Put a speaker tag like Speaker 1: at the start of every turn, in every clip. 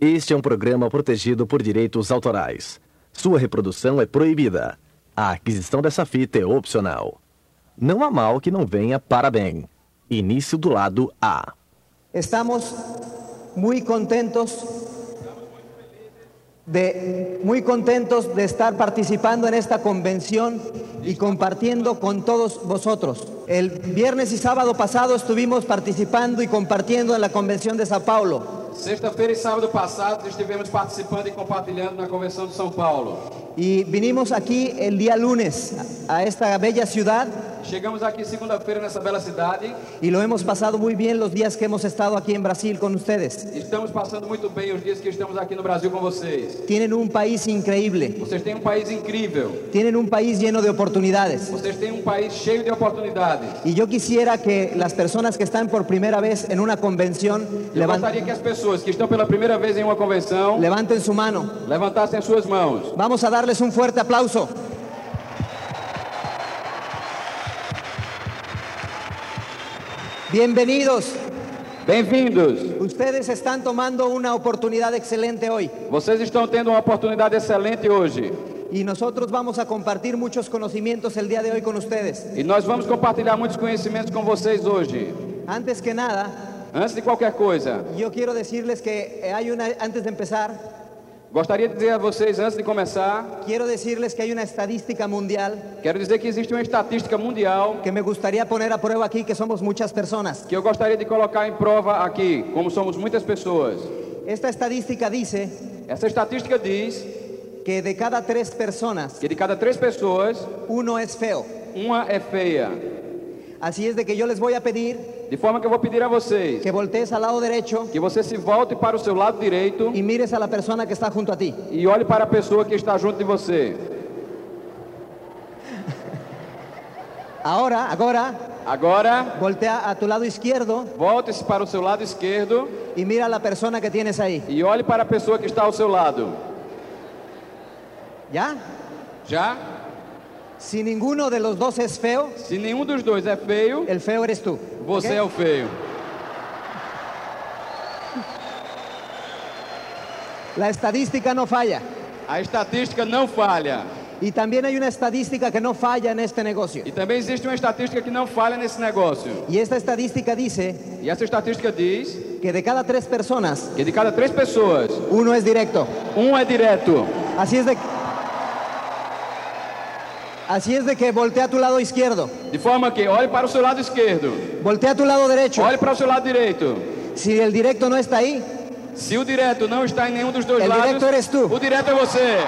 Speaker 1: Este é um programa protegido por direitos autorais. Sua reprodução é proibida. A aquisição dessa fita é opcional. Não há mal que não venha para bem. Início do lado A.
Speaker 2: Estamos muy contentos de muy contentos de estar participando en esta convención y compartiendo con todos vosotros. El viernes y sábado pasado estuvimos participando y compartiendo en la convención de Sao Paulo
Speaker 3: Sexta-feira e sábado passados estivemos participando e compartilhando na Convenção de São Paulo.
Speaker 2: y vinimos aquí el día lunes a a esta bella ciudad
Speaker 3: Chegamos aqui segunda-feira nessa bela cidade.
Speaker 2: y lo hemos pasado muy bien los días que hemos estado aquí en Brasil con ustedes.
Speaker 3: Estamos passando muito bem os dias que estamos aqui no Brasil com vocês.
Speaker 2: Tienen un país increíble,
Speaker 3: Vocês têm um país incrível.
Speaker 2: tienen un país lleno de oportunidades.
Speaker 3: Vocês têm um país cheio de oportunidades.
Speaker 2: Y yo quisiera que las personas que están por primera vez en una convención
Speaker 3: Eu
Speaker 2: levan-
Speaker 3: gostaria que as pessoas que estão pela primeira vez em uma convenção
Speaker 2: levanten su mano.
Speaker 3: levantassem as suas mãos.
Speaker 2: Vamos a darles un fuerte aplauso. Bienvenidos.
Speaker 3: Bem-vindos!
Speaker 2: Ustedes están tomando una oportunidad excelente hoy
Speaker 3: Vocês estão tendo uma oportunidade excelente hoje.
Speaker 2: y nosotros vamos a compartir muchos conocimientos el día de hoy con ustedes.
Speaker 3: E nós vamos compartilhar muitos conhecimentos com vocês hoje.
Speaker 2: Antes que nada,
Speaker 3: Antes de qualquer coisa,
Speaker 2: yo quiero decirles que hay una antes de empezar,
Speaker 3: gostaria de dizer a vocês, antes de começar,
Speaker 2: quiero decirles que hay una estadística mundial
Speaker 3: quero dizer que existe uma estatística mundial
Speaker 2: que me gustaría poner a prueba aquí, que somos muchas personas.
Speaker 3: que eu gostaria de colocar em prova aqui, como somos muitas pessoas.
Speaker 2: Esta estadística dice
Speaker 3: Essa estatística diz
Speaker 2: que de cada tres personas,
Speaker 3: que de cada três pessoas,
Speaker 2: uno es feo.
Speaker 3: uma é feia.
Speaker 2: Así es de que yo les voy a pedir
Speaker 3: De forma que eu vou pedir a vocês
Speaker 2: que voltees al lado derecho
Speaker 3: que você se volte para o seu lado direito
Speaker 2: y mires a la persona que está junto a ti.
Speaker 3: e olhe para a pessoa que está junto de você.
Speaker 2: Ahora, ahora,
Speaker 3: Agora,
Speaker 2: voltea a tu lado izquierdo
Speaker 3: volte-se para o seu lado esquerdo
Speaker 2: y mira a la persona que tienes ahí.
Speaker 3: e olhe para a pessoa que está ao seu lado.
Speaker 2: ¿Ya?
Speaker 3: Já?
Speaker 2: Si ninguno de los dos es feo,
Speaker 3: Se nenhum dos dois é feio,
Speaker 2: el feo eres tú.
Speaker 3: você
Speaker 2: ¿ok?
Speaker 3: é o feio.
Speaker 2: La estadística no falla.
Speaker 3: A estatística não falha.
Speaker 2: Y también hay una estadística que no falla en este negocio.
Speaker 3: E também existe uma estatística que não falha nesse negócio.
Speaker 2: Y esta estadística dice
Speaker 3: E essa estatística diz
Speaker 2: que de cada tres personas,
Speaker 3: que de cada três pessoas,
Speaker 2: uno es directo.
Speaker 3: um é direto.
Speaker 2: Así es de Así es de que voltea a tu lado izquierdo,
Speaker 3: De forma que olhe para o seu lado esquerdo,
Speaker 2: voltea a tu lado derecho.
Speaker 3: olhe para o seu lado direito.
Speaker 2: Si el directo no está ahí,
Speaker 3: Se o direto não está em nenhum dos dois
Speaker 2: El
Speaker 3: lados,
Speaker 2: direto eres tu.
Speaker 3: o direto é você.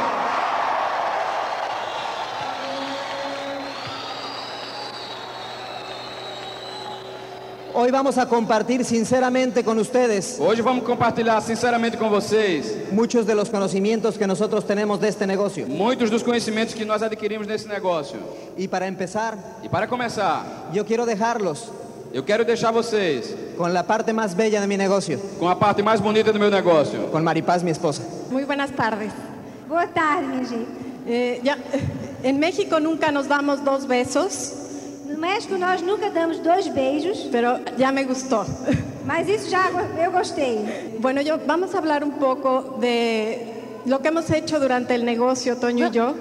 Speaker 2: hoy vamos a compartir sinceramente con ustedes
Speaker 3: Hoje vamos compartilhar sinceramente com vocês
Speaker 2: muchos de los conocimientos que nosotros tenemos de este negocio.
Speaker 3: muitos dos conhecimentos que nós adquirimos nesse negócio.
Speaker 2: Y para empezar,
Speaker 3: E para começar,
Speaker 2: yo quiero dejarlos
Speaker 3: eu quero deixar vocês
Speaker 2: con la parte más bella de mi negocio,
Speaker 3: com a parte mais bonita do meu negócio.
Speaker 2: con Maripaz, mi esposa.
Speaker 4: Muy buenas tardes.
Speaker 5: Boa tarde, minha gente.
Speaker 4: Eh, ya, en México nunca nos damos dos besos,
Speaker 5: No México nós nunca damos dois beijos,
Speaker 4: pero ya me gustó.
Speaker 5: mas isso já go- eu gostei.
Speaker 4: Bueno, yo vamos a hablar un poco de lo que hemos hecho durante el negocio, Toño y yo,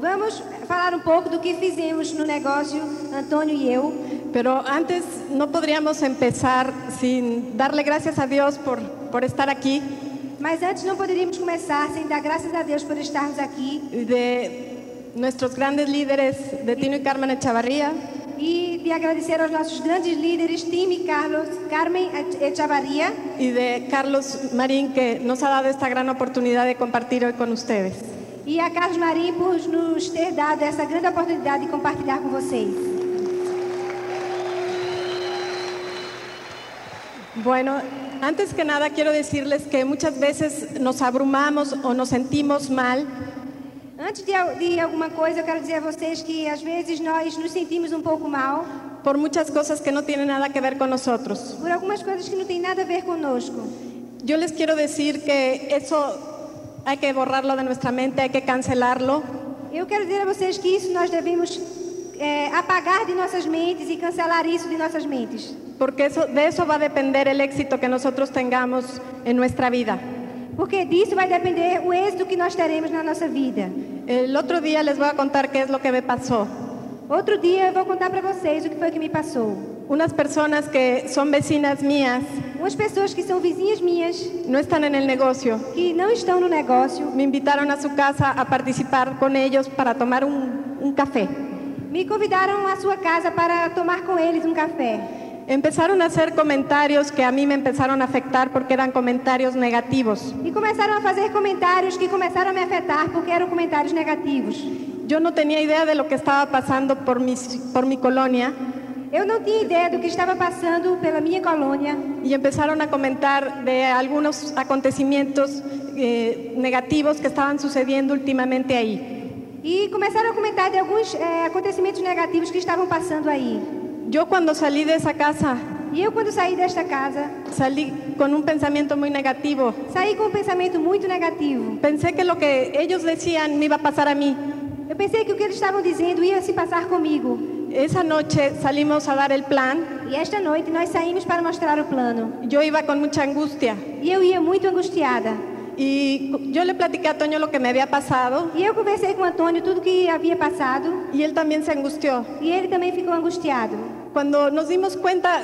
Speaker 5: Vamos falar um pouco do que fizemos no negócio, Antônio e eu.
Speaker 4: pero antes no podríamos empezar sin darle gracias a Dios por, por estar aquí,
Speaker 5: Mas antes não poderíamos começar sem dar graças a Deus por estarmos aqui
Speaker 4: y de nuestros grandes líderes, de Tino y Carmen Echavarría,
Speaker 5: e de agradecer aos nossos grandes líderes, Tim e Carlos, Carmen Echavarria
Speaker 4: y de Carlos Marín, que nos ha dado esta gran oportunidad de compartir hoy con ustedes.
Speaker 5: e a Carlos Marim por nos ter dado essa grande oportunidade de compartilhar com vocês.
Speaker 4: Bueno, antes que nada quiero decirles que muchas veces nos abrumamos o nos sentimos mal
Speaker 5: Antes de, al- de alguma coisa, eu quero dizer a vocês que às vezes nós nos sentimos um pouco mal
Speaker 4: por muchas cosas que no tienen nada que ver con nosotros.
Speaker 5: por algumas coisas que não têm nada a ver conosco.
Speaker 4: Yo les quiero decir que eso hay que borrarlo de nuestra mente, hay que cancelarlo,
Speaker 5: Eu quero dizer a vocês que isso nós devemos é, apagar de nossas mentes e cancelar isso de nossas mentes.
Speaker 4: porque eso, de eso va a depender el éxito que nosotros tengamos en nuestra vida.
Speaker 5: Porque disso vai depender o êxito que nós teremos na nossa vida.
Speaker 4: El otro día les voy a contar qué es lo que me pasó.
Speaker 5: Outro dia eu vou contar para vocês o que foi que me passou.
Speaker 4: Unas personas que son vecinas mías
Speaker 5: Umas pessoas que são vizinhas minhas,
Speaker 4: no están en el negocio.
Speaker 5: que não estão no negócio,
Speaker 4: Me invitaron a su casa a participar con ellos para tomar un, un café.
Speaker 5: me convidaram à sua casa para tomar com eles um café.
Speaker 4: Empezaron a hacer comentarios que a mí me empezaron a afectar porque eran comentarios negativos.
Speaker 5: E começaram a fazer comentários que começaram a me afetar porque eram comentários negativos.
Speaker 4: Yo no tenía idea de lo que estaba pasando por mi, por mi colonia
Speaker 5: Eu não tinha ideia do que estava passando pela minha colônia
Speaker 4: y empezaron a comentar de algunos acontecimientos eh, negativos que estaban sucediendo últimamente ahí.
Speaker 5: e começaram a comentar de alguns eh, acontecimentos negativos que estavam passando aí.
Speaker 4: Yo cuando salí de esa casa
Speaker 5: E eu, quando saí desta casa,
Speaker 4: salí con un pensamiento muy negativo.
Speaker 5: saí com um pensamento muito negativo.
Speaker 4: Pensé que lo que ellos decían me iba a pasar a mí.
Speaker 5: Eu pensei que o que eles estavam dizendo ia se passar comigo.
Speaker 4: Esa noche salimos a dar el plan.
Speaker 5: E esta noite nós saímos para mostrar o plano.
Speaker 4: Yo iba con mucha angustia
Speaker 5: E eu ia muito angustiada.
Speaker 4: y cu- yo le platiqué a Toño lo que me había pasado
Speaker 5: E eu conversei com o Antônio tudo que havia passado.
Speaker 4: y él también se angustió.
Speaker 5: E ele também ficou angustiado.
Speaker 4: Cuando nos dimos cuenta,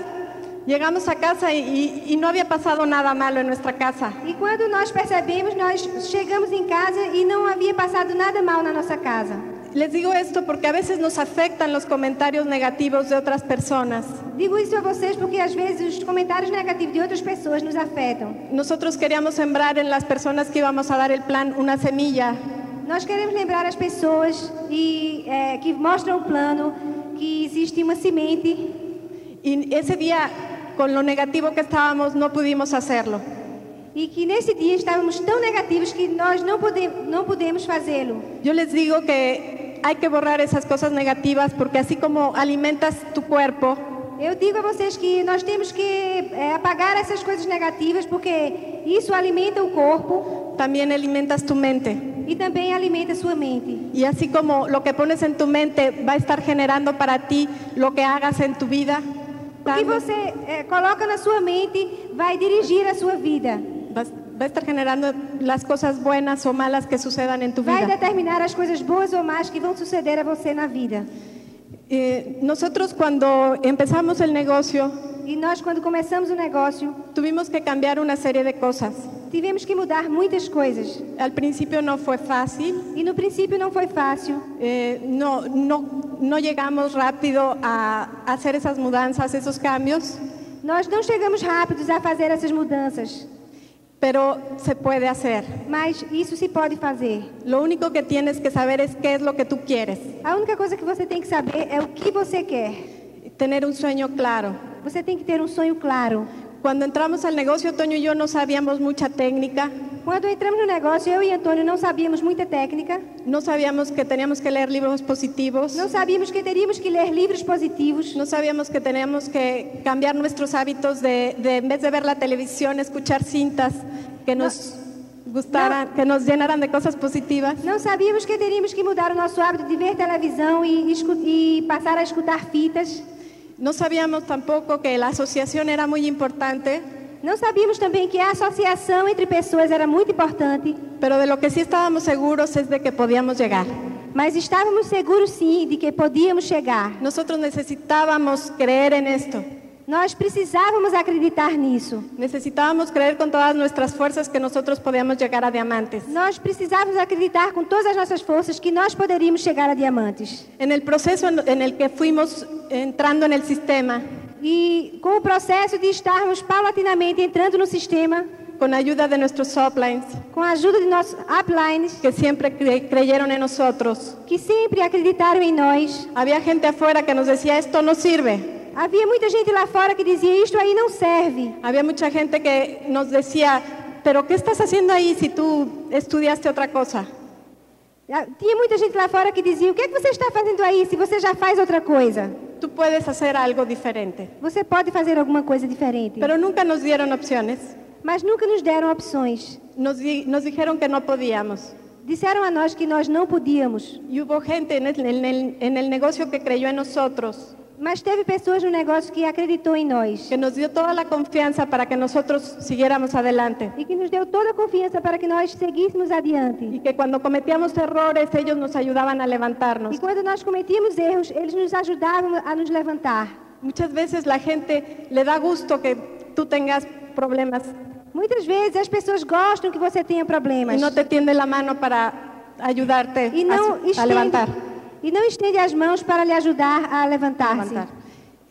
Speaker 4: llegamos a casa y, y- y no había pasado nada malo en nuestra casa.
Speaker 5: E quando nós percebemos, nós chegamos em casa e não havia passado nada mal na nossa casa.
Speaker 4: Les digo esto porque a veces nos afectan los comentarios negativos de otras personas.
Speaker 5: Digo isso a vocês porque às vezes os comentários negativos de outras pessoas nos afetam.
Speaker 4: Nosotros queríamos sembrar en las personas que íbamos a dar el plan una semilla
Speaker 5: Nós queremos lembrar as pessoas e, eh, que mostram o plano que existe uma semente
Speaker 4: y ese día con lo negativo que estábamos no pudimos hacerlo.
Speaker 5: e que nesse dia estávamos tão negativos que nós não, pode, não podemos fazê-lo.
Speaker 4: Yo les digo que hay que borrar esas cosas negativas porque así como alimentas tu cuerpo,
Speaker 5: Eu digo a vocês que nós temos que eh, apagar essas coisas negativas porque isso alimenta o corpo
Speaker 4: también alimentas tu mente.
Speaker 5: e também alimenta sua mente.
Speaker 4: Y así como lo que pones en tu mente va a estar generando para ti lo que hagas en tu vida,
Speaker 5: O que
Speaker 4: también
Speaker 5: você eh, coloca na sua mente vai dirigir a sua vida,
Speaker 4: vas- va a estar generando las cosas buenas o malas que sucedan en tu
Speaker 5: vai
Speaker 4: vida.
Speaker 5: determinar as coisas boas ou más que vão suceder a você na vida.
Speaker 4: Eh, nosotros cuando empezamos el negocio
Speaker 5: E nós, quando começamos o negócio,
Speaker 4: tuvimos que cambiar una serie de cosas.
Speaker 5: tivemos que mudar muitas coisas.
Speaker 4: Al principio no fue fácil,
Speaker 5: E no princípio não foi fácil.
Speaker 4: eh, no, no, no llegamos rápido a hacer esas mudanzas, esos cambios,
Speaker 5: Nós não chegamos rápidos a fazer essas mudanças,
Speaker 4: pero se puede hacer.
Speaker 5: mas isso se pode fazer.
Speaker 4: Lo único que tienes que saber es qué es lo que tú quieres,
Speaker 5: A única coisa que você tem que saber é o que você quer.
Speaker 4: tener un sueño claro.
Speaker 5: Você tem que ter um sonho claro.
Speaker 4: Cuando entramos al negocio, Toño y yo no sabíamos mucha técnica,
Speaker 5: Quando entramos no negócio, eu e Antônio não sabíamos muita técnica,
Speaker 4: no sabíamos que teníamos que leer libros positivos,
Speaker 5: não sabíamos que teríamos que ler livros positivos,
Speaker 4: no sabíamos que teníamos que cambiar nuestros hábitos de, de, en vez de ver la televisión, escuchar cintas que nos gustaran, que nos llenaran de cosas positivas.
Speaker 5: não sabíamos que teríamos que mudar o nosso hábito de ver televisão e, escu- e passar a escutar fitas.
Speaker 4: No sabíamos tampoco que la asociación era muy importante,
Speaker 5: Não sabíamos também que a associação entre pessoas era muito importante,
Speaker 4: pero de lo que sí estábamos seguros es de que podíamos llegar.
Speaker 5: mas estávamos seguros sim de que podíamos chegar.
Speaker 4: Nosotros necesitábamos creer en esto,
Speaker 5: Nós precisávamos acreditar nisso.
Speaker 4: necesitábamos creer con todas nuestras fuerzas que nosotros podíamos llegar a diamantes.
Speaker 5: Nós precisávamos acreditar com todas as nossas forças que nós poderíamos chegar a diamantes.
Speaker 4: En el proceso en en el que fuimos entrando en el sistema,
Speaker 5: E com o processo de estarmos paulatinamente entrando no sistema,
Speaker 4: con ayuda de nuestros uplines,
Speaker 5: com a ajuda de nossos uplines,
Speaker 4: que siempre cre- creyeron en nosotros,
Speaker 5: que sempre acreditaram em nós,
Speaker 4: había gente afuera que nos decía esto no sirve,
Speaker 5: havia muita gente lá fora que dizia: Isto aí não serve.
Speaker 4: había mucha gente que nos decía, pero ¿qué estás haciendo ahí si tú estudiaste otra cosa?
Speaker 5: Ah, Tinha muita gente lá fora que dizia: O que, é que você está fazendo aí se você já faz outra coisa?
Speaker 4: Tú puedes hacer algo diferente.
Speaker 5: Você pode fazer alguma coisa diferente.
Speaker 4: Pero nunca nos dieron opciones,
Speaker 5: Mas nunca nos deram opções.
Speaker 4: nos, di- nos dijeron que no podíamos.
Speaker 5: Disseram a nós que nós não podíamos.
Speaker 4: Y hubo gente en el, en el- en el negocio que creyó en nosotros,
Speaker 5: Mas teve pessoas no negócio que acreditou em nós
Speaker 4: que nos dio toda la confianza para que nosotros siguiéramos adelante.
Speaker 5: e que nos deu toda a confiança para que nós seguíssemos
Speaker 4: Y
Speaker 5: adiante.
Speaker 4: que cuando cometíamos errores, ellos nos ayudaban a levantarnos.
Speaker 5: E quando nós cometíamos erros, eles nos ajudavam a nos levantar.
Speaker 4: Muchas veces la gente le da gusto que tú tengas problemas
Speaker 5: Muitas vezes as pessoas gostam que você tenha problemas
Speaker 4: y no te tiende la mano para ayudarte
Speaker 5: e
Speaker 4: a-
Speaker 5: não
Speaker 4: a, Assim, levantar.
Speaker 5: estende, e não estende as mãos para lhe ajudar a levantar-se.
Speaker 4: levantar.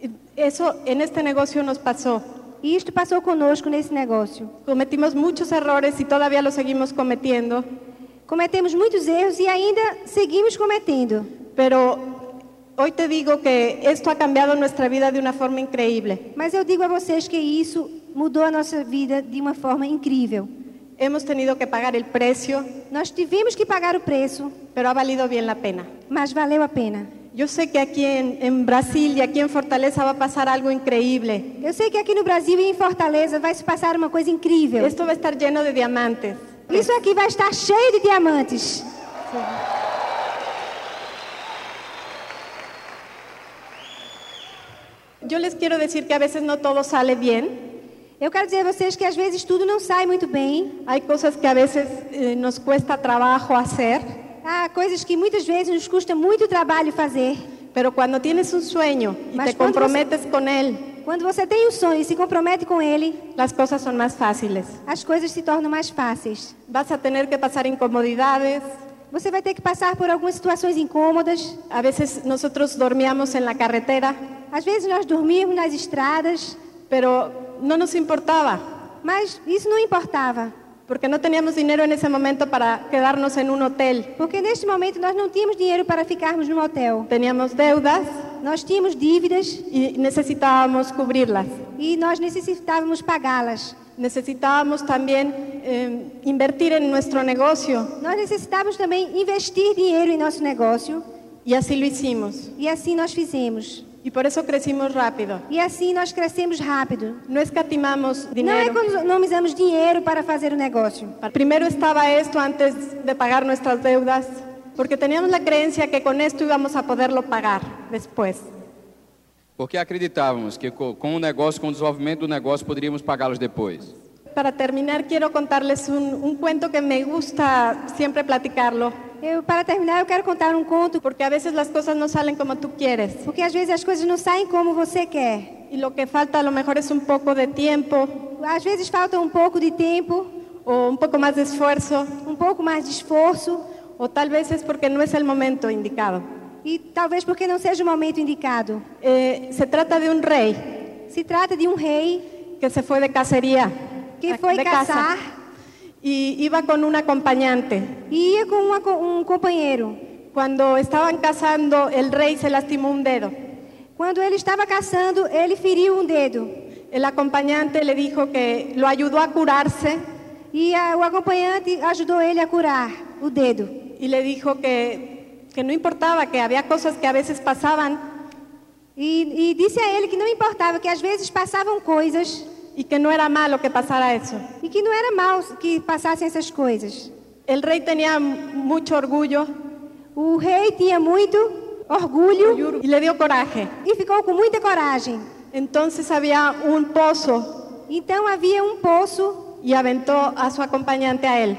Speaker 4: Y Eso en este negocio nos pasó.
Speaker 5: E isto passou conosco nesse negócio.
Speaker 4: Cometimos muchos errores y todavía los seguimos cometiendo,
Speaker 5: Cometemos muitos erros e ainda seguimos cometendo.
Speaker 4: pero hoy te digo que esto ha cambiado nuestra vida de una forma increíble.
Speaker 5: Mas eu digo a vocês que isso mudou a nossa vida de uma forma incrível.
Speaker 4: Hemos tenido que pagar el precio,
Speaker 5: Nós tivemos que pagar o preço,
Speaker 4: pero ha valido bien la pena.
Speaker 5: mas valeu a pena.
Speaker 4: Yo sé que aquí en, en Brasil y aquí en Fortaleza va a pasar algo increíble.
Speaker 5: Eu sei que aqui no Brasil e em Fortaleza vai se passar uma coisa incrível.
Speaker 4: Esto va a estar lleno de diamantes.
Speaker 5: Isso aqui vai estar cheio de diamantes.
Speaker 4: Yo les quiero decir que a veces no todo sale bien.
Speaker 5: Eu quero dizer a vocês que às vezes tudo não sai muito bem.
Speaker 4: Hay cosas que a veces eh, nos cuesta trabajo hacer,
Speaker 5: Há coisas que muitas vezes nos custa muito trabalho fazer.
Speaker 4: pero cuando tienes un sueño y
Speaker 5: Mas
Speaker 4: te
Speaker 5: quando
Speaker 4: comprometes con él,
Speaker 5: Quando você tem um sonho e se compromete com ele,
Speaker 4: las cosas son más fáciles.
Speaker 5: as coisas se tornam mais fáceis.
Speaker 4: Vas a tener que pasar incomodidades.
Speaker 5: Você vai ter que passar por algumas situações incômodas.
Speaker 4: A veces nosotros dormíamos en la carretera,
Speaker 5: Às vezes nós dormíamos nas estradas,
Speaker 4: pero no nos importaba,
Speaker 5: mas isso não importava,
Speaker 4: porque no teníamos dinero en ese momento para quedarnos en un hotel.
Speaker 5: porque neste momento nós não tínhamos dinheiro para ficarmos num hotel.
Speaker 4: Teníamos deudas
Speaker 5: Nós tínhamos dívidas
Speaker 4: y necesitábamos cubrirlas.
Speaker 5: e nós necessitávamos pagá-las.
Speaker 4: Necesitábamos también eh, invertir en nuestro negocio
Speaker 5: Nós necessitávamos também investir dinheiro em nosso negócio
Speaker 4: y así lo hicimos.
Speaker 5: e assim nós fizemos.
Speaker 4: Y por eso crecimos rápido.
Speaker 5: E assim nós crescemos rápido.
Speaker 4: No escatimamos
Speaker 5: Não é
Speaker 4: dinero.
Speaker 5: quando economizamos dinheiro para fazer o negócio.
Speaker 4: Primero estaba esto antes de pagar nuestras deudas, porque teníamos la creencia que con esto íbamos a poderlo pagar después.
Speaker 3: Porque acreditávamos que co- com o negócio, com o desenvolvimento do negócio, poderíamos pagá-los depois.
Speaker 4: Para terminar, quiero contarles un, un cuento que me gusta siempre platicarlo,
Speaker 5: Eu, para terminar, eu quero contar um conto,
Speaker 4: porque a veces las cosas no salen como tú quieres.
Speaker 5: porque às vezes as coisas não saem como você quer.
Speaker 4: Y lo que falta a lo mejor es un poco de tiempo
Speaker 5: Às vezes falta um pouco de tempo,
Speaker 4: o un poco más de esfuerzo,
Speaker 5: um pouco mais de esforço,
Speaker 4: o tal vez es porque no es el momento indicado.
Speaker 5: e talvez porque não seja o momento indicado.
Speaker 4: Eh, se trata de un rey
Speaker 5: Se trata de um rei
Speaker 4: que se fue de cacería.
Speaker 5: que foi
Speaker 4: de caza.
Speaker 5: caçar
Speaker 4: Y iba con un acompañante.
Speaker 5: e ia com uma co- um companheiro.
Speaker 4: Cuando estaban cazando, el rey se lastimó un dedo.
Speaker 5: Quando ele estava caçando, ele feriu um dedo.
Speaker 4: El acompañante le dijo que lo ayudó a curarse
Speaker 5: E a- o acompanhante ajudou ele a curar o dedo.
Speaker 4: y le dijo que, que no importaba, que había cosas que a veces pasaban
Speaker 5: E, e disse a ele que não importava, que às vezes passavam coisas
Speaker 4: y que no era malo que pasara eso.
Speaker 5: e que não era mal que passassem essas coisas.
Speaker 4: El rey tenía mucho orgullo
Speaker 5: O rei tinha muito orgulho
Speaker 4: y le dio coraje.
Speaker 5: e ficou com muita coragem.
Speaker 4: Entonces había un pozo
Speaker 5: Então havia um poço
Speaker 4: y aventó a su acompañante a él.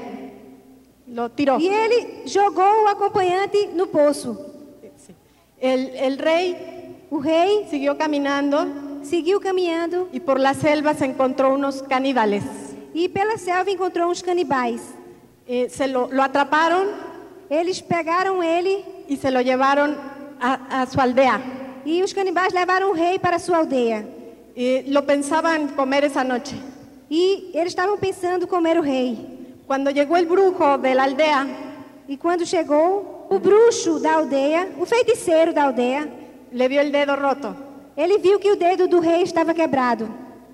Speaker 4: Lo tiró.
Speaker 5: e ele jogou o acompanhante no poço.
Speaker 4: El, el rey
Speaker 5: O rei
Speaker 4: siguió caminando
Speaker 5: seguiu caminhando
Speaker 4: y por la selva se encontró unos caníbales.
Speaker 5: e pela selva encontrou uns canibais.
Speaker 4: Eh, se lo, lo atraparon
Speaker 5: Eles pegaram ele
Speaker 4: y se lo llevaron a, a su aldea.
Speaker 5: e os canibais levaram o rei para sua aldeia.
Speaker 4: Eh, lo pensaban comer esa noche.
Speaker 5: E eles estavam pensando comer o rei.
Speaker 4: Cuando llegó el brujo de la aldea,
Speaker 5: E quando chegou, o bruxo da aldeia, o feiticeiro da aldeia,
Speaker 4: le vio el dedo roto
Speaker 5: ele viu que o dedo do rei estava quebrado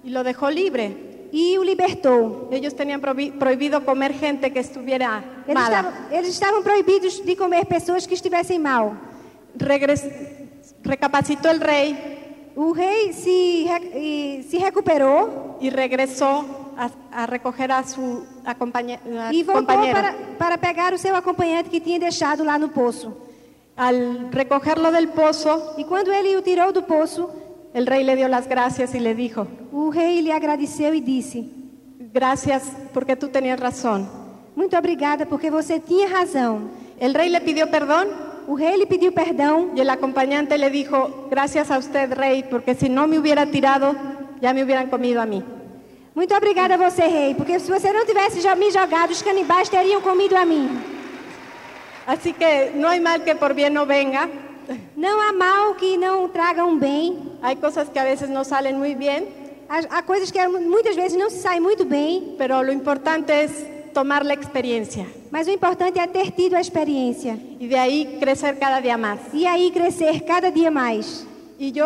Speaker 4: y lo dejó libre.
Speaker 5: e o libertou.
Speaker 4: Ellos tenían provi- prohibido comer gente que estuviera
Speaker 5: Eles
Speaker 4: mala.
Speaker 5: estavam, eles estavam proibidos de comer pessoas que estivessem mal.
Speaker 4: Regres- recapacitó el rey
Speaker 5: O rei se, re- e se recuperou
Speaker 4: y regresó a, a recoger a su acompañe- a
Speaker 5: e voltou
Speaker 4: compañero.
Speaker 5: para, para pegar o seu acompanhante que tinha deixado lá no poço.
Speaker 4: Al recogerlo del pozo,
Speaker 5: E quando ele o tirou do poço,
Speaker 4: el rey le dio las gracias y le dijo,
Speaker 5: o rei lhe agradeceu e disse:
Speaker 4: gracias porque tú tenías razón.
Speaker 5: Muito obrigada, porque você tinha razão.
Speaker 4: El rey le pidió perdón
Speaker 5: O rei lhe pediu perdão
Speaker 4: y el acompañante le dijo, gracias a usted, rey, porque si no me hubiera tirado, ya me hubieran comido a mí.
Speaker 5: Muito obrigada a você, rei, porque se você não tivesse já me jogado, os canibais teriam comido a mim.
Speaker 4: Así que no hay mal que por bien no venga.
Speaker 5: Não há mal que não traga um bem.
Speaker 4: Hay cosas que a veces no salen muy bien,
Speaker 5: Há, há coisas que é muitas vezes não se saem muito bem,
Speaker 4: pero lo importante es tomar la experiencia
Speaker 5: mas o importante é ter tido a experiência
Speaker 4: y de ahí crecer cada día más.
Speaker 5: e aí crescer cada dia mais.
Speaker 4: Y yo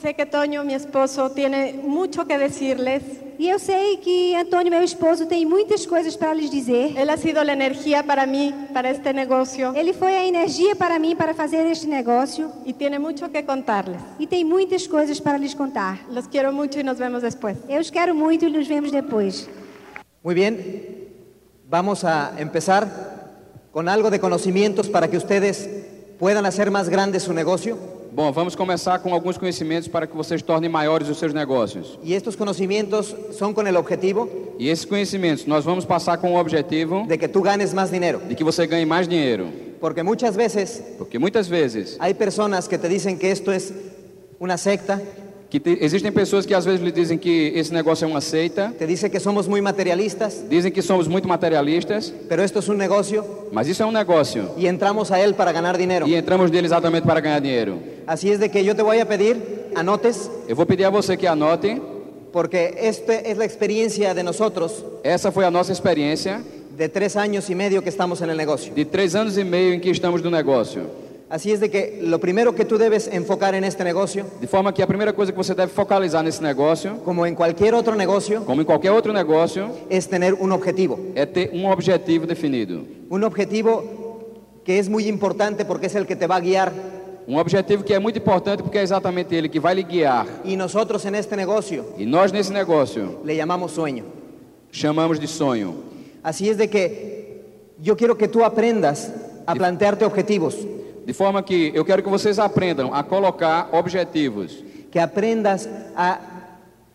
Speaker 4: sé que Toño, mi esposo, tiene mucho que decirles.
Speaker 5: E eu sei que Antônio, meu esposo, tem muitas coisas para lhes dizer.
Speaker 4: Él ha sido la energía para mí, para este negocio,
Speaker 5: Ele foi a energia para mim para fazer este negócio
Speaker 4: y tiene mucho que contarles.
Speaker 5: e tem muitas coisas para lhes contar.
Speaker 4: Los quiero mucho y nos vemos después.
Speaker 5: Eu os quero muito e nos vemos depois.
Speaker 2: Muy bien, vamos a empezar con algo de conocimientos para que ustedes puedan hacer más grande su negocio.
Speaker 3: Bom, vamos começar com alguns conhecimentos para que vocês tornem maiores os seus negócios.
Speaker 2: Y estos conocimientos son con el objetivo
Speaker 3: E esses conhecimentos nós vamos passar com o objetivo
Speaker 2: de que tú ganes más dinero.
Speaker 3: de que você ganhe mais dinheiro.
Speaker 2: Porque muchas veces
Speaker 3: Porque muitas vezes
Speaker 2: hay personas que te dicen que esto es una secta,
Speaker 3: que te- existem pessoas que às vezes lhe dizem que esse negócio é uma seita,
Speaker 2: te dicen que somos muy materialistas,
Speaker 3: dizem que somos muito materialistas,
Speaker 2: pero esto es un negocio
Speaker 3: mas isso é um negócio
Speaker 2: y entramos a él para ganar dinero.
Speaker 3: e entramos nele exatamente para ganhar dinheiro.
Speaker 2: Así es de que yo te voy a pedir, anotes,
Speaker 3: Eu vou pedir a você que anote.
Speaker 2: porque esta es la experiencia de nosotros
Speaker 3: Essa foi a nossa experiência
Speaker 2: de tres años y medio que estamos en el negocio.
Speaker 3: de três anos e meio em que estamos no negócio.
Speaker 2: Así es de que lo primero que tú debes enfocar en este negocio,
Speaker 3: De forma que a primeira coisa que você deve focalizar nesse negócio,
Speaker 2: como en cualquier otro negocio,
Speaker 3: como em qualquer outro negócio,
Speaker 2: es tener un objetivo.
Speaker 3: é ter um objetivo definido.
Speaker 2: Un objetivo que es muy importante porque es el que te va a guiar.
Speaker 3: Um objetivo que é muito importante porque é exatamente ele que vai lhe guiar.
Speaker 2: Y nosotros en este negocio
Speaker 3: E nós nesse negócio
Speaker 2: le llamamos sueño.
Speaker 3: chamamos de sonho.
Speaker 2: Así es de que yo quiero que tú aprendas a plantearte objetivos,
Speaker 3: De forma que eu quero que vocês aprendam a colocar objetivos,
Speaker 2: que aprendas a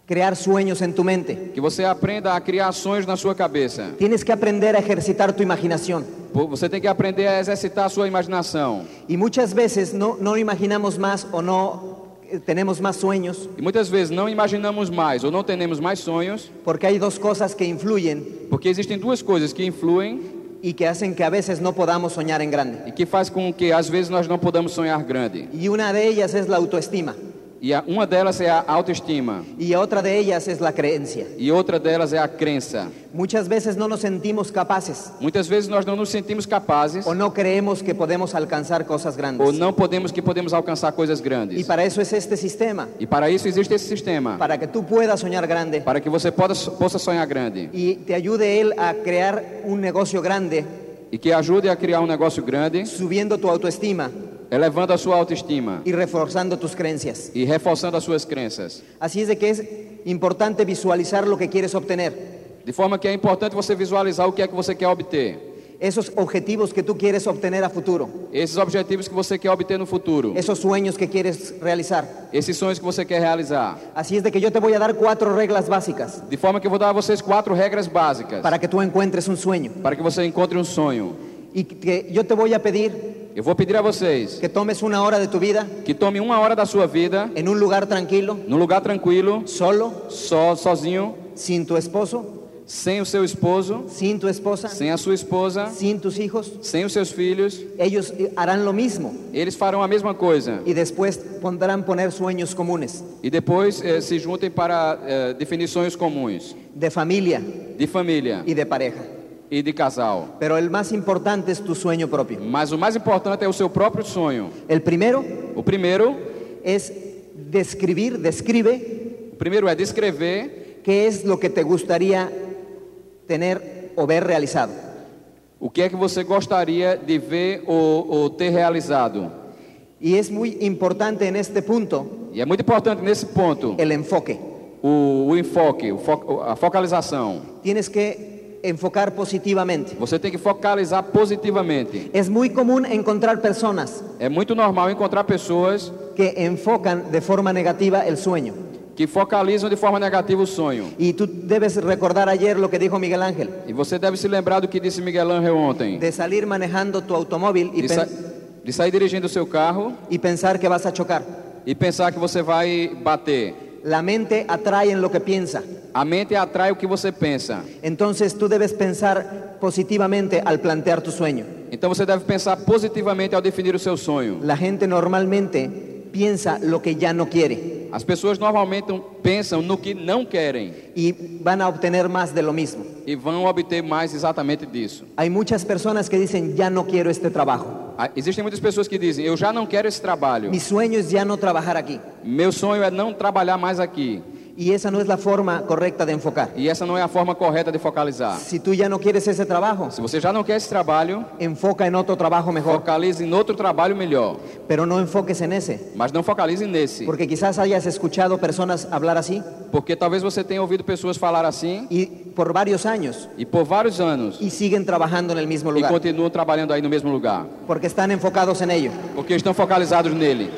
Speaker 2: crear sueños en tu mente.
Speaker 3: que você aprenda a criar sonhos na sua cabeça.
Speaker 2: Tienes que aprender a ejercitar tu imaginación.
Speaker 3: Pô, Você tem que aprender a exercitar a sua imaginação.
Speaker 2: Y muchas veces no, no imaginamos más o no eh, tenemos más sueños
Speaker 3: E muitas vezes não imaginamos mais ou não temos mais sonhos,
Speaker 2: porque hay dos cosas que influyen
Speaker 3: porque existem duas coisas que influem
Speaker 2: y que hacen que a veces no podamos soñar en grande.
Speaker 3: e que faz com que às vezes nós não podamos sonhar grande.
Speaker 2: Y una de ellas es la autoestima
Speaker 3: E a, uma delas é a autoestima
Speaker 2: y otra de ellas es la creencia.
Speaker 3: e outra delas é a crença.
Speaker 2: Muchas veces no nos sentimos capaces
Speaker 3: Muitas vezes nós não nos sentimos capazes
Speaker 2: o no creemos que podemos alcanzar cosas
Speaker 3: ou
Speaker 2: grandes.
Speaker 3: não podemos que podemos alcançar coisas
Speaker 2: Y
Speaker 3: grandes.
Speaker 2: para eso es este sistema,
Speaker 3: E para isso existe esse sistema,
Speaker 2: para que tú puedas soñar grande
Speaker 3: para que você poda- possa sonhar grande
Speaker 2: y te ayude él a crear un negocio grande
Speaker 3: e que ajude a criar um negócio grande,
Speaker 2: subiendo tu autoestima
Speaker 3: elevando a sua autoestima
Speaker 2: y reforzando tus creencias.
Speaker 3: e reforçando as suas crenças.
Speaker 2: Así es de que es importante visualizar lo que quieres obtener,
Speaker 3: De forma que é importante você visualizar o que é que você quer obter,
Speaker 2: esos objetivos que tú quieres obtener a futuro,
Speaker 3: esses objetivos que você quer obter no futuro,
Speaker 2: esos sueños que quieres realizar.
Speaker 3: esses sonhos que você quer realizar.
Speaker 2: Así es de que yo te voy a dar cuatro reglas básicas
Speaker 3: De forma que eu vou dar a vocês quatro regras básicas para,
Speaker 2: para que tú encuentres un sueño.
Speaker 3: que você encontre um sonho.
Speaker 2: Y que yo te voy a pedir
Speaker 3: Eu vou pedir a vocês
Speaker 2: que tomes una hora de tu vida
Speaker 3: que tome uma hora da sua vida
Speaker 2: en un lugar tranquilo,
Speaker 3: num lugar tranquilo,
Speaker 2: solo,
Speaker 3: só, sozinho,
Speaker 2: sin tu esposo,
Speaker 3: sem o seu esposo,
Speaker 2: sin tu esposa,
Speaker 3: sem a sua esposa,
Speaker 2: sin tus hijos.
Speaker 3: sem os seus filhos.
Speaker 2: Ellos eh, harán lo mismo
Speaker 3: Eles farão a mesma coisa
Speaker 2: y después pondrán poner sueños comunes
Speaker 3: e depois eh, se juntem para eh, definir sonhos comuns
Speaker 2: de familia
Speaker 3: de família
Speaker 2: y de pareja.
Speaker 3: e de casal.
Speaker 2: Pero el más importante es tu sueño propio.
Speaker 3: Mas o mais importante é o seu próprio sonho.
Speaker 2: El primero
Speaker 3: O primeiro,
Speaker 2: es describir, describe
Speaker 3: o primeiro é descrever
Speaker 2: qué es lo que te gustaría tener o ver realizado.
Speaker 3: o que é que você gostaria de ver ou- ou ter realizado.
Speaker 2: Y es muy importante en este punto
Speaker 3: E é muito importante nesse ponto
Speaker 2: el enfoque.
Speaker 3: o, o enfoque, o fo- a focalização.
Speaker 2: Tienes que enfocar positivamente.
Speaker 3: Você tem que focalizar positivamente.
Speaker 2: Es muy común encontrar personas
Speaker 3: É muito normal encontrar pessoas
Speaker 2: que enfocan de forma negativa el sueño.
Speaker 3: que focalizam de forma negativa o sonho.
Speaker 2: Y tú debes recordar ayer lo que dijo Miguel Ángel,
Speaker 3: E você deve se lembrar do que disse Miguel Angel ontem.
Speaker 2: de salir manejando tu automóvil y,
Speaker 3: De, sa-
Speaker 2: pen-
Speaker 3: de sair dirigindo o seu carro
Speaker 2: y pensar que vas a chocar.
Speaker 3: e pensar que você vai bater.
Speaker 2: La mente atrae en lo que piensa.
Speaker 3: A mente atrai o que você pensa.
Speaker 2: Entonces tú debes pensar positivamente al plantear tu sueño.
Speaker 3: Então você deve pensar positivamente ao definir o seu sonho.
Speaker 2: La gente normalmente piensa lo que ya no quiere
Speaker 3: As pessoas normalmente pensam no que não querem
Speaker 2: y van a obtener más de lo mismo.
Speaker 3: e vão obter mais exatamente disso.
Speaker 2: Hay muchas personas que dicen, ya no quiero este trabajo.
Speaker 3: Ah, Existem muitas pessoas que dizem: Eu já não quero esse trabalho.
Speaker 2: Mi sueño es ya no trabajar aquí.
Speaker 3: Meu sonho é não trabalhar mais aqui.
Speaker 2: Y esa no es la forma correcta de enfocar.
Speaker 3: E essa não é a forma correta de focalizar.
Speaker 2: Si tú ya no quieres ese trabajo,
Speaker 3: Se você já não quer esse trabalho,
Speaker 2: enfoca en otro trabajo mejor,
Speaker 3: focalize em outro trabalho melhor.
Speaker 2: pero no enfoques en ese.
Speaker 3: Mas não focalize nesse.
Speaker 2: Porque quizás hayas escuchado personas hablar así
Speaker 3: Porque talvez você tenha ouvido pessoas falar assim
Speaker 2: y por varios años
Speaker 3: e por vários anos
Speaker 2: y siguen trabajando en el mismo
Speaker 3: e
Speaker 2: lugar
Speaker 3: continuam trabalhando aí no mesmo lugar.
Speaker 2: porque están enfocados en ello.
Speaker 3: Porque estão focalizados nele.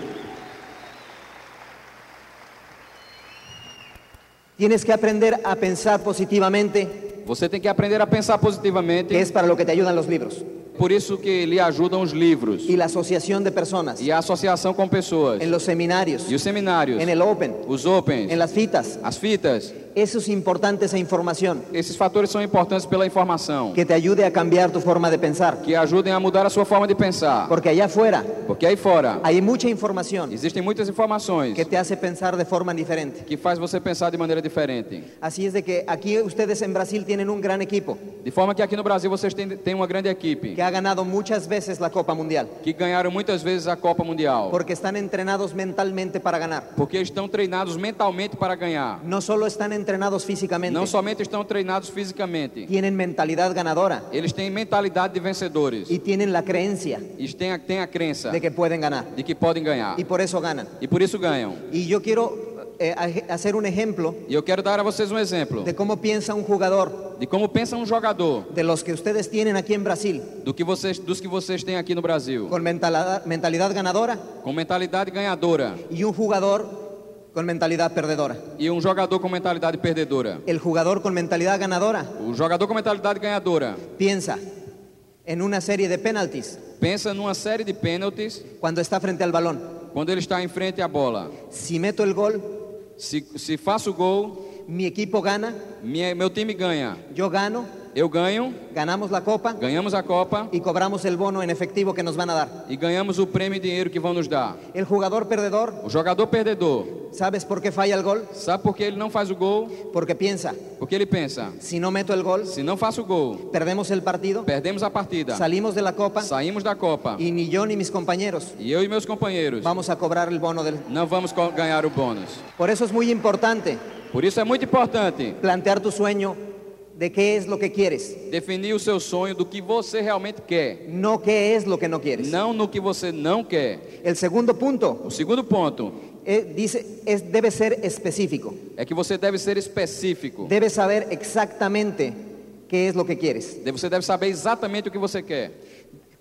Speaker 2: Tienes que aprender a pensar positivamente,
Speaker 3: Você tem que aprender a pensar positivamente.
Speaker 2: que es para lo que te ayudan los libros
Speaker 3: Por isso que lhe ajudam os livros
Speaker 2: y la asociación de personas
Speaker 3: e a associação com pessoas
Speaker 2: en los seminarios,
Speaker 3: e os seminários,
Speaker 2: en el open,
Speaker 3: os opens,
Speaker 2: en las fitas.
Speaker 3: as fitas.
Speaker 2: Eso es importante esa información
Speaker 3: Esses fatores são importantes pela informação,
Speaker 2: que te ayude a cambiar tu forma de pensar,
Speaker 3: que ajudem a mudar a sua forma de pensar.
Speaker 2: porque allá afuera
Speaker 3: Porque aí fora
Speaker 2: hay mucha información
Speaker 3: existem muitas informações
Speaker 2: que te hace pensar de forma diferente.
Speaker 3: que faz você pensar de maneira diferente.
Speaker 2: Así es de que aquí ustedes en Brasil tienen un gran equipo
Speaker 3: De forma que aqui no Brasil vocês têm, têm uma grande equipe
Speaker 2: que ha ganado muchas veces la Copa Mundial,
Speaker 3: que ganharam muitas vezes a Copa Mundial,
Speaker 2: porque están entrenados mentalmente para ganar.
Speaker 3: porque estão treinados mentalmente para ganhar.
Speaker 2: No solo están entrenados físicamente,
Speaker 3: Não somente estão treinados fisicamente,
Speaker 2: tienen mentalidad ganadora
Speaker 3: eles têm mentalidade de vencedores.
Speaker 2: y tienen la creencia
Speaker 3: Eles têm a, têm a crença
Speaker 2: de que pueden ganar
Speaker 3: de que podem ganhar.
Speaker 2: y por eso ganan.
Speaker 3: E por isso ganham.
Speaker 2: Y yo quiero eh, aj- hacer un ejemplo
Speaker 3: E eu quero dar a vocês um exemplo
Speaker 2: de cómo piensa un jugador
Speaker 3: de como pensa um jogador
Speaker 2: de los que ustedes tienen aquí en Brasil
Speaker 3: do que vocês, dos que vocês têm aqui no Brasil,
Speaker 2: con mentalidad, mentalidad ganadora
Speaker 3: com mentalidade ganhadora
Speaker 2: y un jugador con mentalidad perdedora.
Speaker 3: e um jogador com mentalidade perdedora.
Speaker 2: El jugador con mentalidad ganadora
Speaker 3: O jogador com mentalidade ganhadora
Speaker 2: piensa en una serie de penaltis
Speaker 3: pensa numa série de pênaltis
Speaker 2: cuando está frente al balón.
Speaker 3: quando ele está em frente à bola.
Speaker 2: Si meto el gol,
Speaker 3: Se, se faço o gol,
Speaker 2: mi equipo gana,
Speaker 3: minha, meu time ganha.
Speaker 2: yo gano,
Speaker 3: Eu ganho,
Speaker 2: ganamos la copa
Speaker 3: ganhamos a Copa
Speaker 2: y cobramos el bono en efectivo que nos van a dar.
Speaker 3: e ganhamos o prêmio e dinheiro que vão nos dar.
Speaker 2: El jugador perdedor,
Speaker 3: O jogador perdedor
Speaker 2: ¿sabes por qué falla el gol?
Speaker 3: sabe por que ele não faz o gol?
Speaker 2: Porque piensa,
Speaker 3: Porque ele pensa:
Speaker 2: si no meto el gol,
Speaker 3: se não faço o gol,
Speaker 2: perdemos el partido,
Speaker 3: Perdemos a partida.
Speaker 2: salimos de la copa
Speaker 3: Saímos da Copa.
Speaker 2: y ni yo ni mis compañeros
Speaker 3: E eu e meus companheiros
Speaker 2: vamos a cobrar el bono del...
Speaker 3: não vamos co- ganhar o bônus.
Speaker 2: Por eso es muy importante
Speaker 3: Por isso é muito importante
Speaker 2: plantear tu sueño de qué es lo que quieres,
Speaker 3: definir o seu sonho do que você realmente quer,
Speaker 2: no qué es lo que no quieres.
Speaker 3: não no que você não quer.
Speaker 2: El segundo punto
Speaker 3: O segundo ponto
Speaker 2: Eh, dice, es, debe ser específico.
Speaker 3: é que você deve ser específico.
Speaker 2: Debes saber exactamente qué es lo que quieres.
Speaker 3: De- Você deve saber exatamente o que você quer,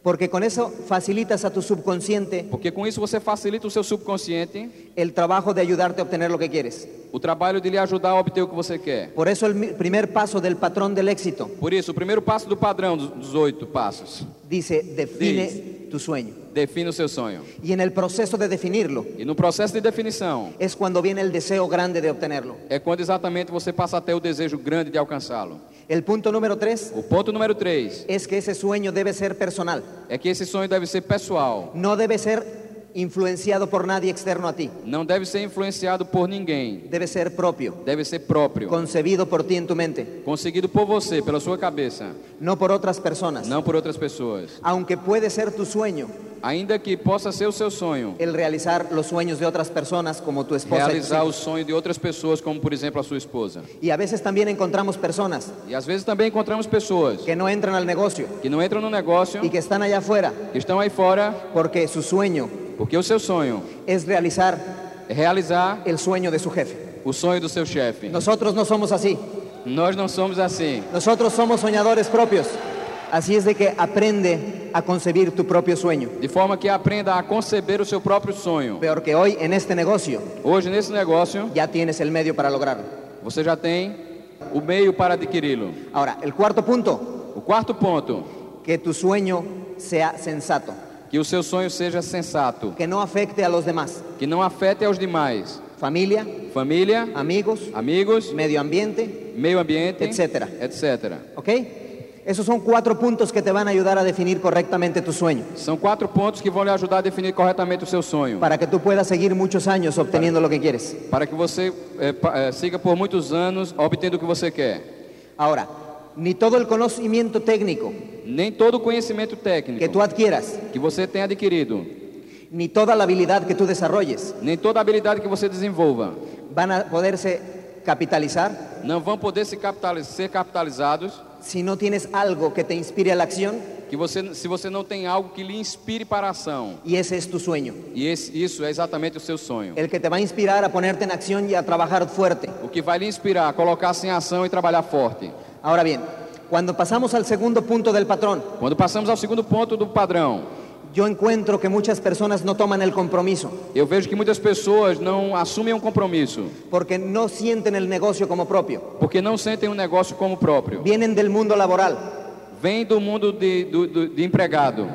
Speaker 2: Porque con eso facilitas a tu subconsciente
Speaker 3: porque com isso você facilita o seu subconsciente
Speaker 2: el trabajo de ayudarte a obtener lo que quieres.
Speaker 3: o trabalho de lhe ajudar a obter o que você quer.
Speaker 2: Por eso el mi- primer paso del patrón del éxito
Speaker 3: Por isso, o primeiro passo do padrão dos- dos oito passos,
Speaker 2: dice, define
Speaker 3: Dice.
Speaker 2: tu sueño.
Speaker 3: defina o seu sonho.
Speaker 2: Y en el proceso de definirlo
Speaker 3: E no processo de definição,
Speaker 2: es cuando viene el deseo grande de obtenerlo.
Speaker 3: é quando exatamente você passa a ter o desejo grande de alcançá-lo.
Speaker 2: El punto número tres
Speaker 3: O ponto número 3
Speaker 2: es que ese sueño debe ser personal.
Speaker 3: é que esse sonho deve ser pessoal,
Speaker 2: No debe ser influenciado por nadie externo a ti.
Speaker 3: não deve ser influenciado por ninguém,
Speaker 2: Debe ser propio,
Speaker 3: deve ser próprio,
Speaker 2: concebido por ti en tu mente.
Speaker 3: conseguido por você, pela sua cabeça,
Speaker 2: no por otras personas.
Speaker 3: não por outras pessoas.
Speaker 2: Aunque puede ser tu sueño
Speaker 3: Ainda que possa ser o seu sonho,
Speaker 2: el realizar los sueños de otras personas como tu esposa. y tus
Speaker 3: realizar o
Speaker 2: hijos.
Speaker 3: sonho de outras pessoas, como por exemplo a sua esposa.
Speaker 2: Y a veces también encontramos personas
Speaker 3: E às vezes também encontramos pessoas
Speaker 2: que no entran al negocio
Speaker 3: que não entram no negócio,
Speaker 2: y que están allá afuera
Speaker 3: que estão aí fora,
Speaker 2: porque su sueño
Speaker 3: porque o seu sonho
Speaker 2: es realizar
Speaker 3: é realizar
Speaker 2: el sueño de su jefe.
Speaker 3: o sonho do seu chefe.
Speaker 2: Nosotros no somos así.
Speaker 3: Nós não somos assim.
Speaker 2: Nosotros somos soñadores propios. Así es de que aprende a concebir tu propio sueño.
Speaker 3: De forma que aprenda a conceber o seu próprio sonho.
Speaker 2: Peor que hoy en este negocio
Speaker 3: Hoje, nesse negócio,
Speaker 2: ya tienes el medio para lograrlo.
Speaker 3: você já tem o meio para adquiri-lo.
Speaker 2: Ahora, el cuarto punto,
Speaker 3: O quarto ponto,
Speaker 2: que tu sueño sea sensato,
Speaker 3: que o seu sonho seja sensato,
Speaker 2: que no afecte a los demás,
Speaker 3: que não afete aos demais.
Speaker 2: familia,
Speaker 3: Família,
Speaker 2: amigos,
Speaker 3: amigos,
Speaker 2: medio ambiente,
Speaker 3: meio ambiente,
Speaker 2: Etcétera.
Speaker 3: etc.
Speaker 2: ¿ok? Esos son cuatro puntos que te van a ayudar a definir correctamente tu sueño,
Speaker 3: São quatro pontos que vão lhe ajudar a definir corretamente o seu sonho,
Speaker 2: para que tú puedas seguir muchos años obteniendo lo que quieres.
Speaker 3: para que você eh, pa- eh, siga por muitos anos obtendo o que você quer.
Speaker 2: Ahora, ni todo el conocimiento técnico
Speaker 3: Nem todo o conhecimento técnico
Speaker 2: que tú adquieras,
Speaker 3: que você tenha adquirido,
Speaker 2: ni toda la habilidad que tú desarrolles,
Speaker 3: nem toda a habilidade que você desenvolva,
Speaker 2: van a poderse capitalizar
Speaker 3: não vão poder se capitali- ser capitalizados
Speaker 2: si no tienes algo que te inspire a la acción
Speaker 3: que você, se você não tem algo que lhe inspire para a ação.
Speaker 2: y ese es tu sueño.
Speaker 3: E esse, isso é exatamente o seu sonho.
Speaker 2: El que te va a inspirar a ponerte en acción y a trabajar fuerte.
Speaker 3: O que vai lhe inspirar, colocar-se em ação e trabalhar forte.
Speaker 2: Ahora bien, cuando pasamos al segundo punto del patrón,
Speaker 3: Quando passamos ao segundo ponto do padrão,
Speaker 2: yo encuentro que muchas personas no toman el compromiso
Speaker 3: eu vejo que muitas pessoas não assumem um compromisso,
Speaker 2: porque no sienten el negocio como propio.
Speaker 3: porque não sentem um negócio como próprio.
Speaker 2: Vienen del mundo laboral
Speaker 3: Vem do mundo de, do- do- de empregado.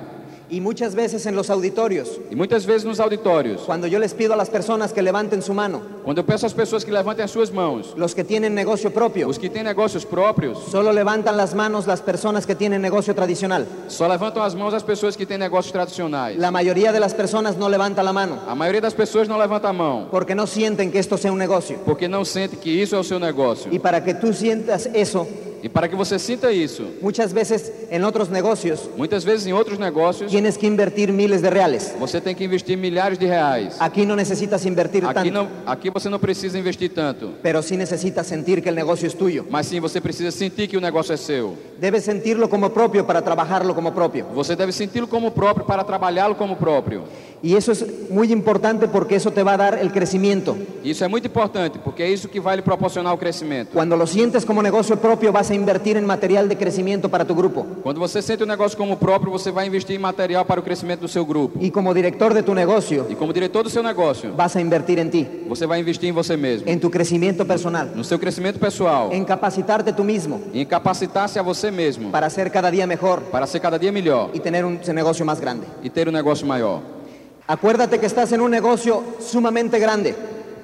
Speaker 2: y muchas veces en los auditorios,
Speaker 3: E muitas vezes nos auditórios,
Speaker 2: cuando yo les pido a las personas que levanten su mano,
Speaker 3: quando eu peço às pessoas que levantem as suas mãos,
Speaker 2: los que tienen negocio propio,
Speaker 3: os que têm negócios próprios,
Speaker 2: solo levantan las manos las personas que tienen negocio tradicional.
Speaker 3: só levantam as mãos as pessoas que têm negócios tradicionais.
Speaker 2: La mayoría de las personas no levanta la mano
Speaker 3: A maioria das pessoas não levanta a mão,
Speaker 2: porque no sienten que esto sea un negocio.
Speaker 3: porque não sente que isso é o seu negócio.
Speaker 2: Y para que tú sientas eso,
Speaker 3: E para que você sinta isso,
Speaker 2: muchas veces en otros negocios
Speaker 3: muitas vezes em outros negócios,
Speaker 2: tienes que invertir miles de reales.
Speaker 3: você tem que investir milhares de reais.
Speaker 2: Aquí no necesitas invertir
Speaker 3: Aqui,
Speaker 2: tanto,
Speaker 3: não, aqui você não precisa investir tanto,
Speaker 2: pero sí necesitas sentir que el negocio es tuyo.
Speaker 3: mas sim você precisa sentir que o negócio é seu.
Speaker 2: Debes sentirlo como propio para trabajarlo como propio.
Speaker 3: Você deve senti-lo como próprio para trabalhá-lo como próprio.
Speaker 2: Y eso es muy importante porque eso te va a dar el crecimiento.
Speaker 3: Isso é muito importante, porque é isso que vai lhe proporcionar o crescimento.
Speaker 2: Cuando lo sientes como negocio propio, vas a invertir en material de crecimiento para tu grupo.
Speaker 3: Quando você sente o negócio como próprio, você vai investir em material para o crescimento do seu grupo.
Speaker 2: Y como director de tu negocio,
Speaker 3: E como diretor do seu negócio,
Speaker 2: vas a invertir en ti,
Speaker 3: você vai investir em você mesmo,
Speaker 2: en tu crecimiento personal,
Speaker 3: no seu crescimento pessoal,
Speaker 2: en capacitarte tú mismo
Speaker 3: em capacitar-se a você mesmo
Speaker 2: para ser cada día mejor
Speaker 3: para ser cada dia melhor
Speaker 2: y tener un negocio más grande.
Speaker 3: e ter um negócio maior.
Speaker 2: Acuérdate que estás en un negocio sumamente grande,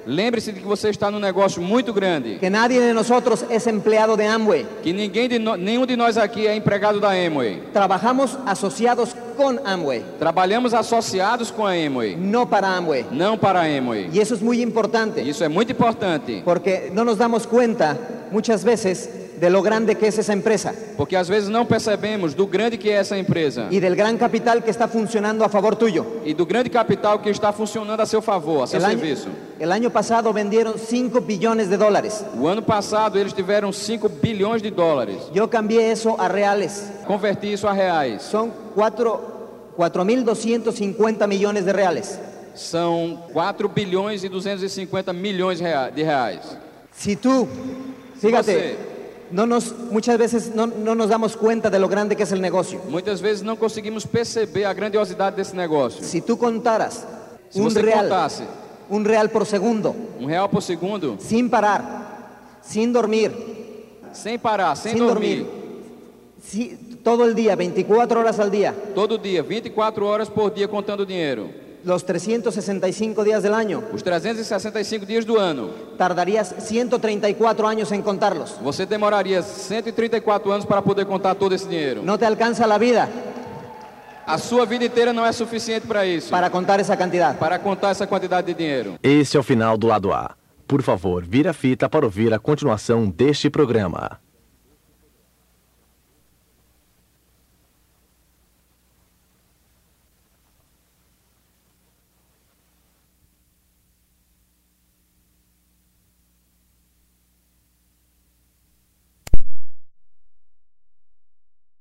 Speaker 3: Lembre-se de que você está num negócio muito grande,
Speaker 2: que nadie de nosotros es empleado de Amway.
Speaker 3: que ninguém de no- nenhum de nós aqui é empregado da Amway.
Speaker 2: Trabajamos asociados con Amway,
Speaker 3: Trabalhamos associados com a Amway,
Speaker 2: no para Amway.
Speaker 3: não para a Amway.
Speaker 2: Y eso es muy importante,
Speaker 3: Isso é muito importante,
Speaker 2: porque no nos damos cuenta muchas veces de lo grande que es esa empresa
Speaker 3: porque às vezes não percebemos do grande que é essa empresa
Speaker 2: y del gran capital que está funcionando a favor tuyo.
Speaker 3: e do grande capital que está funcionando a seu favor, a seu
Speaker 2: El año,
Speaker 3: serviço.
Speaker 2: el año pasado vendieron 5 billones de dólares.
Speaker 3: O ano passado eles tiveram 5 bilhões de dólares.
Speaker 2: Yo cambié eso a reales.
Speaker 3: Converti isso a reais.
Speaker 2: Son 4 4.250 millones de reales.
Speaker 3: São 4 bilhões e 250 milhões rea- de reais.
Speaker 2: Si tú, fíjate,
Speaker 3: José.
Speaker 2: no nos, muchas veces no, no nos damos cuenta de lo grande que es el negocio.
Speaker 3: Muitas vezes não conseguimos perceber a grandiosidade desse negócio.
Speaker 2: Si tú contaras
Speaker 3: Se
Speaker 2: un
Speaker 3: você
Speaker 2: real,
Speaker 3: contasse
Speaker 2: un real por segundo,
Speaker 3: um real por segundo,
Speaker 2: sin parar, sin dormir,
Speaker 3: sem parar, sem,
Speaker 2: Sem
Speaker 3: dormir,
Speaker 2: dormir. si- todo el día, 24 horas al día,
Speaker 3: todo dia, 24 horas por dia contando dinheiro,
Speaker 2: los 365 días del año,
Speaker 3: os 365 dias do ano,
Speaker 2: tardarías 134 años en contarlos.
Speaker 3: você demoraria 134 anos para poder contar todo esse dinheiro.
Speaker 2: No te alcanza la vida
Speaker 3: A sua vida inteira não é suficiente para isso,
Speaker 2: para
Speaker 3: para...
Speaker 2: contar esa cantidad.
Speaker 3: contar essa quantidade de dinheiro.
Speaker 1: Este é o final do lado A. Por favor, vira a fita para ouvir a continuação deste programa.